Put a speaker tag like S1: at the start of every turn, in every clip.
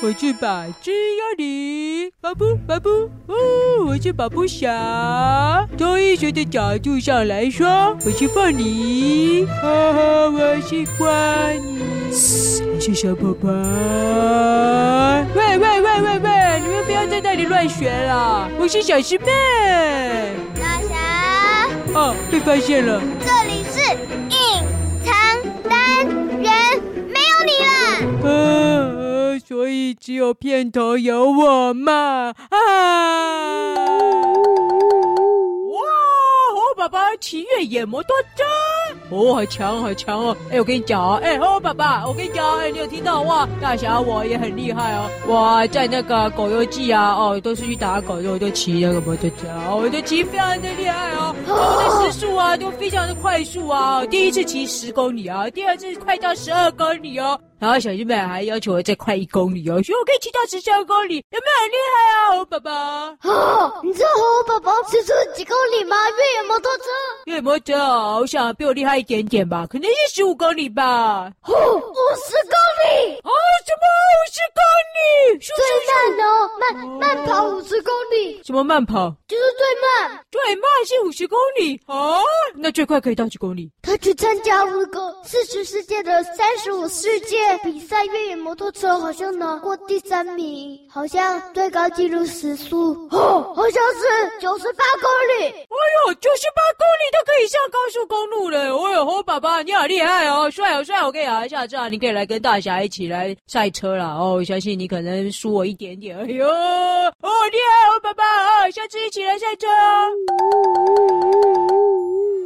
S1: 我是百只鸭梨，巴布巴布，哦，我是巴布侠。从医学的角度上来说，我是凤梨，哈、哈，我喜欢你，我是小宝宝。喂喂喂喂喂，你们不要在那里乱学了，我是小师妹。
S2: 大侠，
S1: 哦，被发现了。
S2: 这里是隐藏单元，没有你了。
S1: 呃，所以只有片头有我嘛啊！哇，猴爸爸骑越野摩托车，哦，好强好强哦！哎，我跟你讲哦，哎，猴爸爸，我跟你讲哦，哎，你有听到哇？大侠我也很厉害哦，我在那个狗游记啊，哦，都是去打狗肉，我就骑那个摩托车，哦我就骑非常的厉害哦，我的时速啊就非常的快速啊，第一次骑十公里啊，第二次快到十二公里哦。然后小师妹还要求我再快一公里哦，所以我可以骑到十三公里，有没有很厉害啊，我爸爸？
S2: 哦，你知道猴宝宝骑出几公里吗？越野摩托车。
S1: 越野摩托车哦，我想比我厉害一点点吧，可能是十五公里吧。
S2: 哦，五十公里，
S1: 哦，什么五十公里？叔
S2: 最
S1: 叔
S2: 慢的哦，慢慢跑五十公里
S1: 什么慢跑？
S2: 就是最慢。
S1: 最慢是五十公里哦，那最快可以到几公里？
S2: 他去参加那个四十世界的三十五世界比赛越野摩托车，好像拿过第三名，好像最高纪录时速哦，好像是九十八公里。
S1: 哎呦，九十八公里都可以上高速公路了！哎呦，猴爸爸你好厉害哦，帅哦帅哦！我跟你讲，下次啊，你可以来跟大侠一起来赛车啦哦，相信你可能输我一点点。哎呦，哦厉害，猴爸爸哦，下次一起来赛车哦。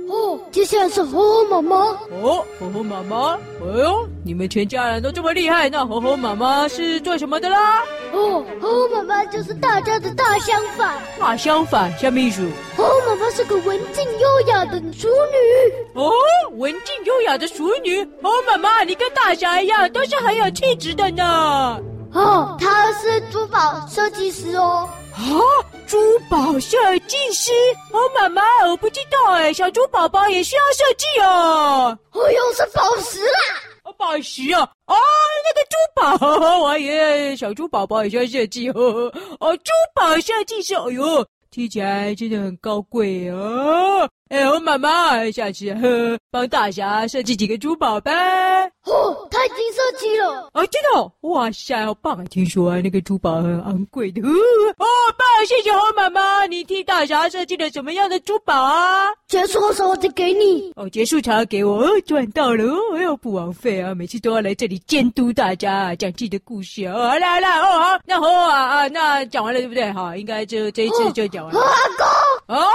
S2: 哦，接下来是猴猴妈妈，
S1: 哦，猴猴妈妈，哎呦，你们全家人都这么厉害，那猴猴妈妈是做什么的啦？
S2: 哦，猴猴妈妈就是大家的大相反。
S1: 大相反，下秘书。
S2: 猴猴妈妈是个文静优雅的淑女，
S1: 哦，文静优雅的淑女，猴妈妈，你跟大侠一样，都是很有气质的呢。
S2: 哦，她是珠宝设计师哦。
S1: 啊，珠宝设计师？哦，妈妈，我不知道哎，小猪宝宝也需要设计哦。
S2: 哦哟，是宝石啊啦！
S1: 哦，宝石啊，哦，那个珠宝，哦我以为小猪宝宝也需要设计哦。哦，珠宝设计师，哎呦，听起来真的很高贵哦。哎，我妈妈，下次呵帮大侠设计几个珠宝呗。
S2: 哦，她已经设计了。
S1: 哦，真的、哦，哇塞，好棒啊！听说、啊、那个珠宝很昂贵的，哦，哦棒！谢谢猴妈妈，你替大侠设计了什么样的珠宝啊？
S2: 结束后我再给你。
S1: 哦，结束茶给我，哦赚到了哦！哎呦，不枉费啊，每次都要来这里监督大家讲自己的故事啊。哦好啦好啦，哦好，那猴啊啊，那讲完了对不对？好，应该就这一次就讲完了。
S2: 阿公，
S1: 哦，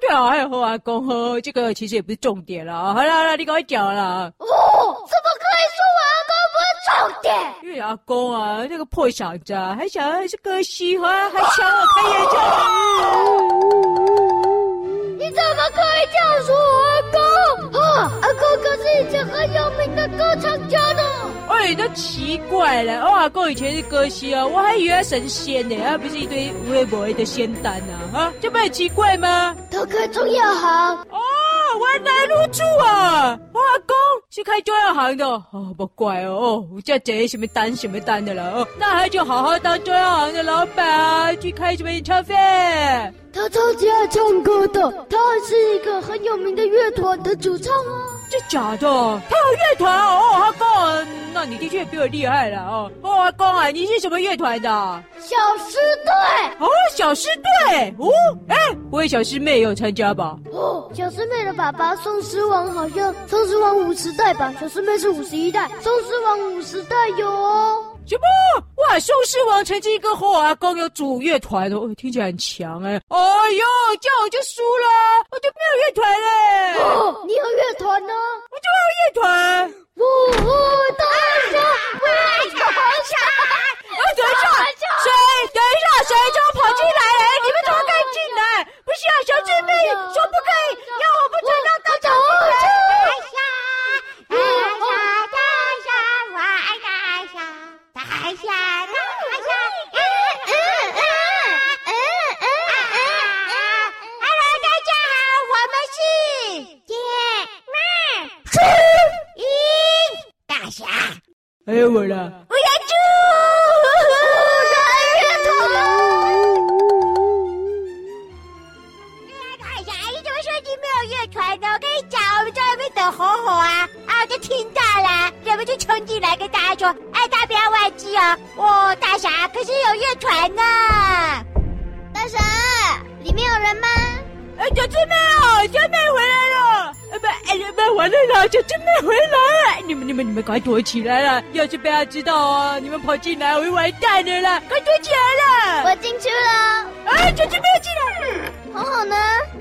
S1: 对啊，还有猴阿公哦，这个其实也不是重点了啊。好啦好啦，你赶快讲啦。
S2: 哦，怎么可以说我阿公不是重点？
S1: 因为阿公啊，那个破嗓子啊，还想要这个喜欢，还抢我开演唱会。
S2: 你怎么可以这样说我阿公？啊，阿公可是以前很有名的歌唱家呢。
S1: 哎，那奇怪了，我阿公以前是歌星啊，我还以为他神仙呢，啊他不是一堆无微不微的仙丹啊，啊，这不很奇怪吗？
S2: 他开中药行，
S1: 哦，原来如此啊，我阿公是开中药行的哦，哦不怪哦，哦，我叫这什么丹什么丹的了哦，那他就好好当中药行的老板啊，去开什么演唱会。
S2: 他超级爱唱歌的，他还是一个很有名的乐团的主唱啊。
S1: 这假的，他有乐团哦，阿公，嗯那你的确比我厉害了哦。哦，阿公啊，你是什么乐团的？
S2: 小师队，
S1: 哦，小师队哦，哎，我也小师妹也有参加吧？
S2: 哦，小师妹的爸爸宋狮王好像宋狮王五十代吧，小师妹是五十一代，宋狮王五十代有哦。
S1: 什么？哇，宋狮王曾经跟后阿公有组乐团哦，听起来很强哎。哎呦，这样我就输了，我就没有乐团 嘞，
S2: 哦，你有乐团呢、
S1: 我就没有乐团。
S2: 呜呜，大家我球
S1: 哎，等一下，谁？等一下，谁就跑进来了？哎，你们怎么可以进来？不是啊，小师妹说不可以，要我不准让大家进来。
S3: 大侠，大侠，大侠，我爱大侠，大侠，大侠，嗯嗯嗯嗯嗯嗯，Hello，大家好，我们是姐妹是一大侠，
S1: 哎还有我啦。
S3: 我要猪。的吼吼啊啊，我都听到了，忍不住冲进来跟大家说：“哎，大家不要忘记哦，哦，大侠可是有乐团呢。
S2: 大神，里面有人吗？
S1: 哎，小智妹哦，小妹回来了！哎不，哎呀，妹回来了，小智妹回来了！你们、你们、你们，快躲起来了！要是被他知道哦，你们跑进来，我就完蛋了啦！快躲起来了！
S2: 我进去了。
S1: 哎，小智妹进来了！
S2: 红红呢？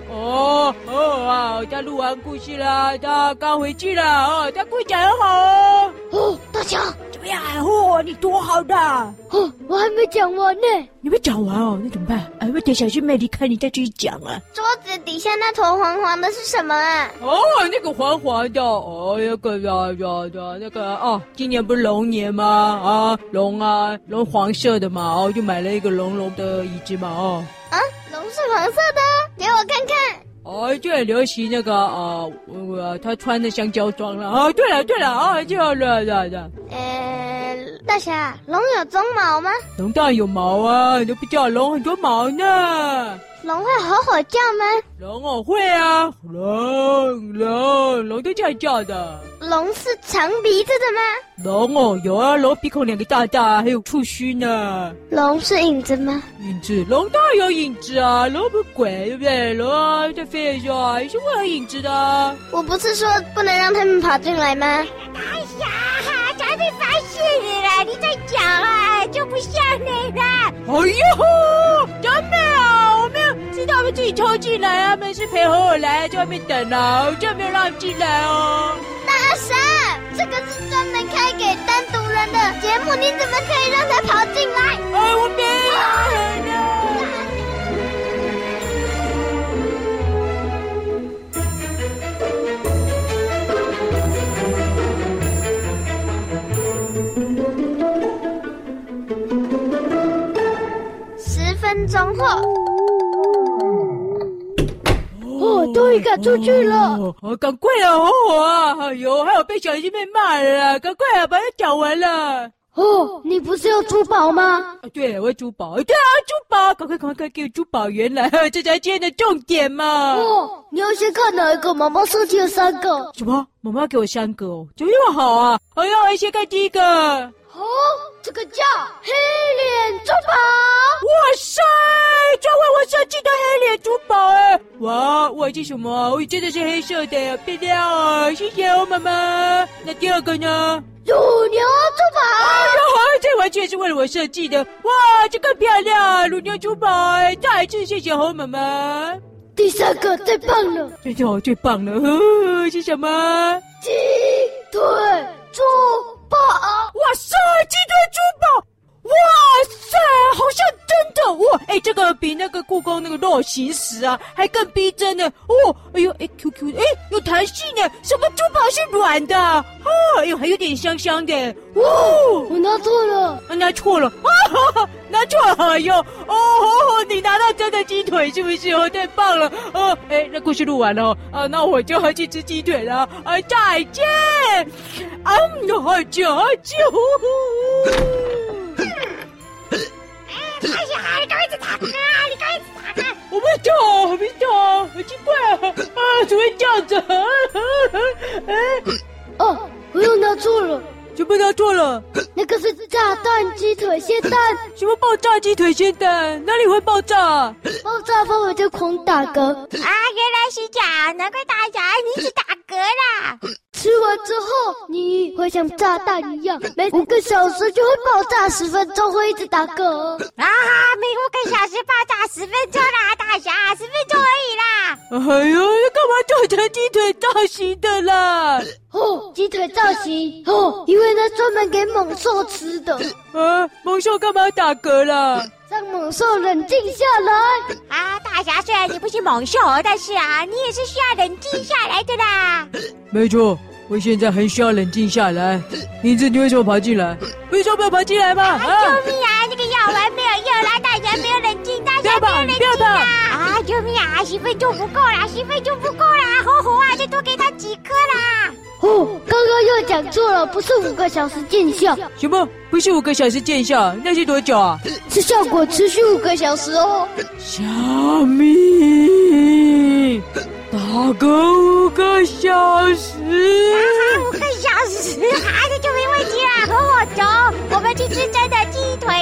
S1: 哦哦啊，他录完故事啦，他刚回去了哦，他故事很好哦。
S2: 哦，大侠，
S1: 怎么样，海货，你多好的？
S2: 哦，我还没讲完呢。
S1: 你没讲完哦，那怎么办？哎，我等小智妹离开你再继续讲啊。
S2: 桌子底下那坨黄黄的是什么啊？
S1: 哦，那个黄黄的，哦，那个呀呀呀，那个哦，今年不是龙年吗？啊，龙啊，龙黄色的嘛，哦，就买了一个龙龙的椅子嘛，哦，
S2: 啊，龙是黄色的，给我看看。
S1: 哦，就很流行那个啊，我、我他穿的香蕉装了，哦，对了对了，哦，就了了了，
S2: 呃，大侠，龙有鬃毛吗？
S1: 龙蛋有毛啊，你都不知道龙很多毛呢。
S2: 龙会吼吼叫吗？
S1: 龙我会啊，龙龙龙都这样叫的。
S2: 龙是长鼻子的吗？
S1: 龙哦，有啊，龙鼻孔两个大大，还有触须呢。
S2: 龙是影子吗？
S1: 影子，龙当然有影子啊，龙不鬼对不对？龙啊，在飞的时候啊，也是会有影子的啊。
S2: 我不是说不能让他们跑进来吗？
S3: 大侠，咱被发现你了，你再讲啊就不像你了。
S1: 哎呦吼，真美啊！我没有知道他们自己冲进来，他们是陪和我来，在外面等啊，我就没有让他们进来哦。
S2: 大神，这个是专门开给单独人的节目，你怎么可以让他跑进来？
S1: 哎，我没有人啊。
S2: 十分钟后，哦，终于赶出去了。
S1: 哦，哦赶快啊，吼火啊！哎呦，还有被小鸡妹骂了啊，赶快啊，把它讲完了。
S2: 哦，你不是有珠宝吗？
S1: 啊，对，我要珠宝，对啊，珠宝，赶快赶快赶快给我珠宝原来这才今天的重点嘛。
S2: 哦，你要先看哪一个？妈妈设计了三个。哦，
S1: 什么？妈妈给我三个哦，怎么那么好啊？哎呦，哎先看第一个，哇
S2: 这个叫黑脸珠宝。
S1: 塞，专为我设计的黑脸珠宝哎！哇，我这什么？我真的是黑色的，漂亮哦，谢谢哦，妈妈。那第二个呢？
S2: 乳牛珠
S1: 哎
S2: 宝。
S1: 呦，这完全是为了我设计的，哇，这更漂亮啊，乳牛珠宝哎！再一次谢谢猴妈妈。
S2: 第三个最棒了，
S1: 这条最棒了，呵是什么？哇
S2: 鸡腿珠宝。
S1: 塞，鸡腿珠宝！哇塞，好像真的哇！哎、这个比那个故宫那个肉形石啊还更逼真呢。哦，哎呦，哎 Q Q，哎有弹性呢。什么珠宝是软的啊？哦，哎呦，还有点香香的。哦，
S2: 我拿错了，
S1: 啊拿错了啊！ 哈哈拿错了，哎呦，哦哦，你拿到真的鸡腿是不是？哦，太棒了，哦，哎，那故事录完了哦，啊，那我就要去吃鸡腿了，啊，再见，啊，好久好久，
S3: 大侠，哎你赶快去打他，你赶快去打啊他。
S1: 我不懂，我不懂，好奇怪啊，啊，怎么会这样子 啊？哎，
S2: 哦，我又拿错了，
S1: 怎么拿错了？
S2: 那个是炸弹鸡腿蟹蛋，
S1: 什么爆炸鸡腿煎蛋？哪里会爆炸？
S2: 爆炸后我就狂打嗝。
S3: 啊，原来是这样，难怪大侠啊你一直打嗝啊啦。
S2: 吃完之后，你会像炸弹一样，每五个小时就会爆炸，十分钟会一直打嗝。
S3: 啊，每五个小时爆炸十分钟啦，大侠，十分钟而已啦。
S1: 哎呦，干嘛做成鸡腿造型的啦？
S2: 哦，鸡腿造型哦，因为那专门给猛兽吃的，
S1: 啊，猛兽干嘛打嗝啦？
S2: 让猛兽冷静下来。
S3: 啊，大侠，虽然你不是猛兽，但是啊，你也是需要冷静下来的啦。
S1: 没错，我现在很需要冷静下来。林子，你为什么爬进来？为什么没有爬进来吗？啊！
S3: 救命啊！那个药丸没有药啦，大侠没有冷静，大
S1: 不要
S3: 侠没
S1: 跑
S3: 有冷静
S1: 不要
S3: 啦！
S1: 跑
S3: 啊，救命啊！十分钟不够啦，十分钟不够啦，吼吼啊，再多给他几颗啦。
S2: 哦，刚刚又讲错了，不是五个小时见效，
S1: 什么？不是五个小时见效，那是多久啊？
S2: 是效果持续五个小时哦。
S1: 小米，大打个五个小时。
S3: 还五个小时，孩子就没问题啦。和我走，我们去吃真的鸡腿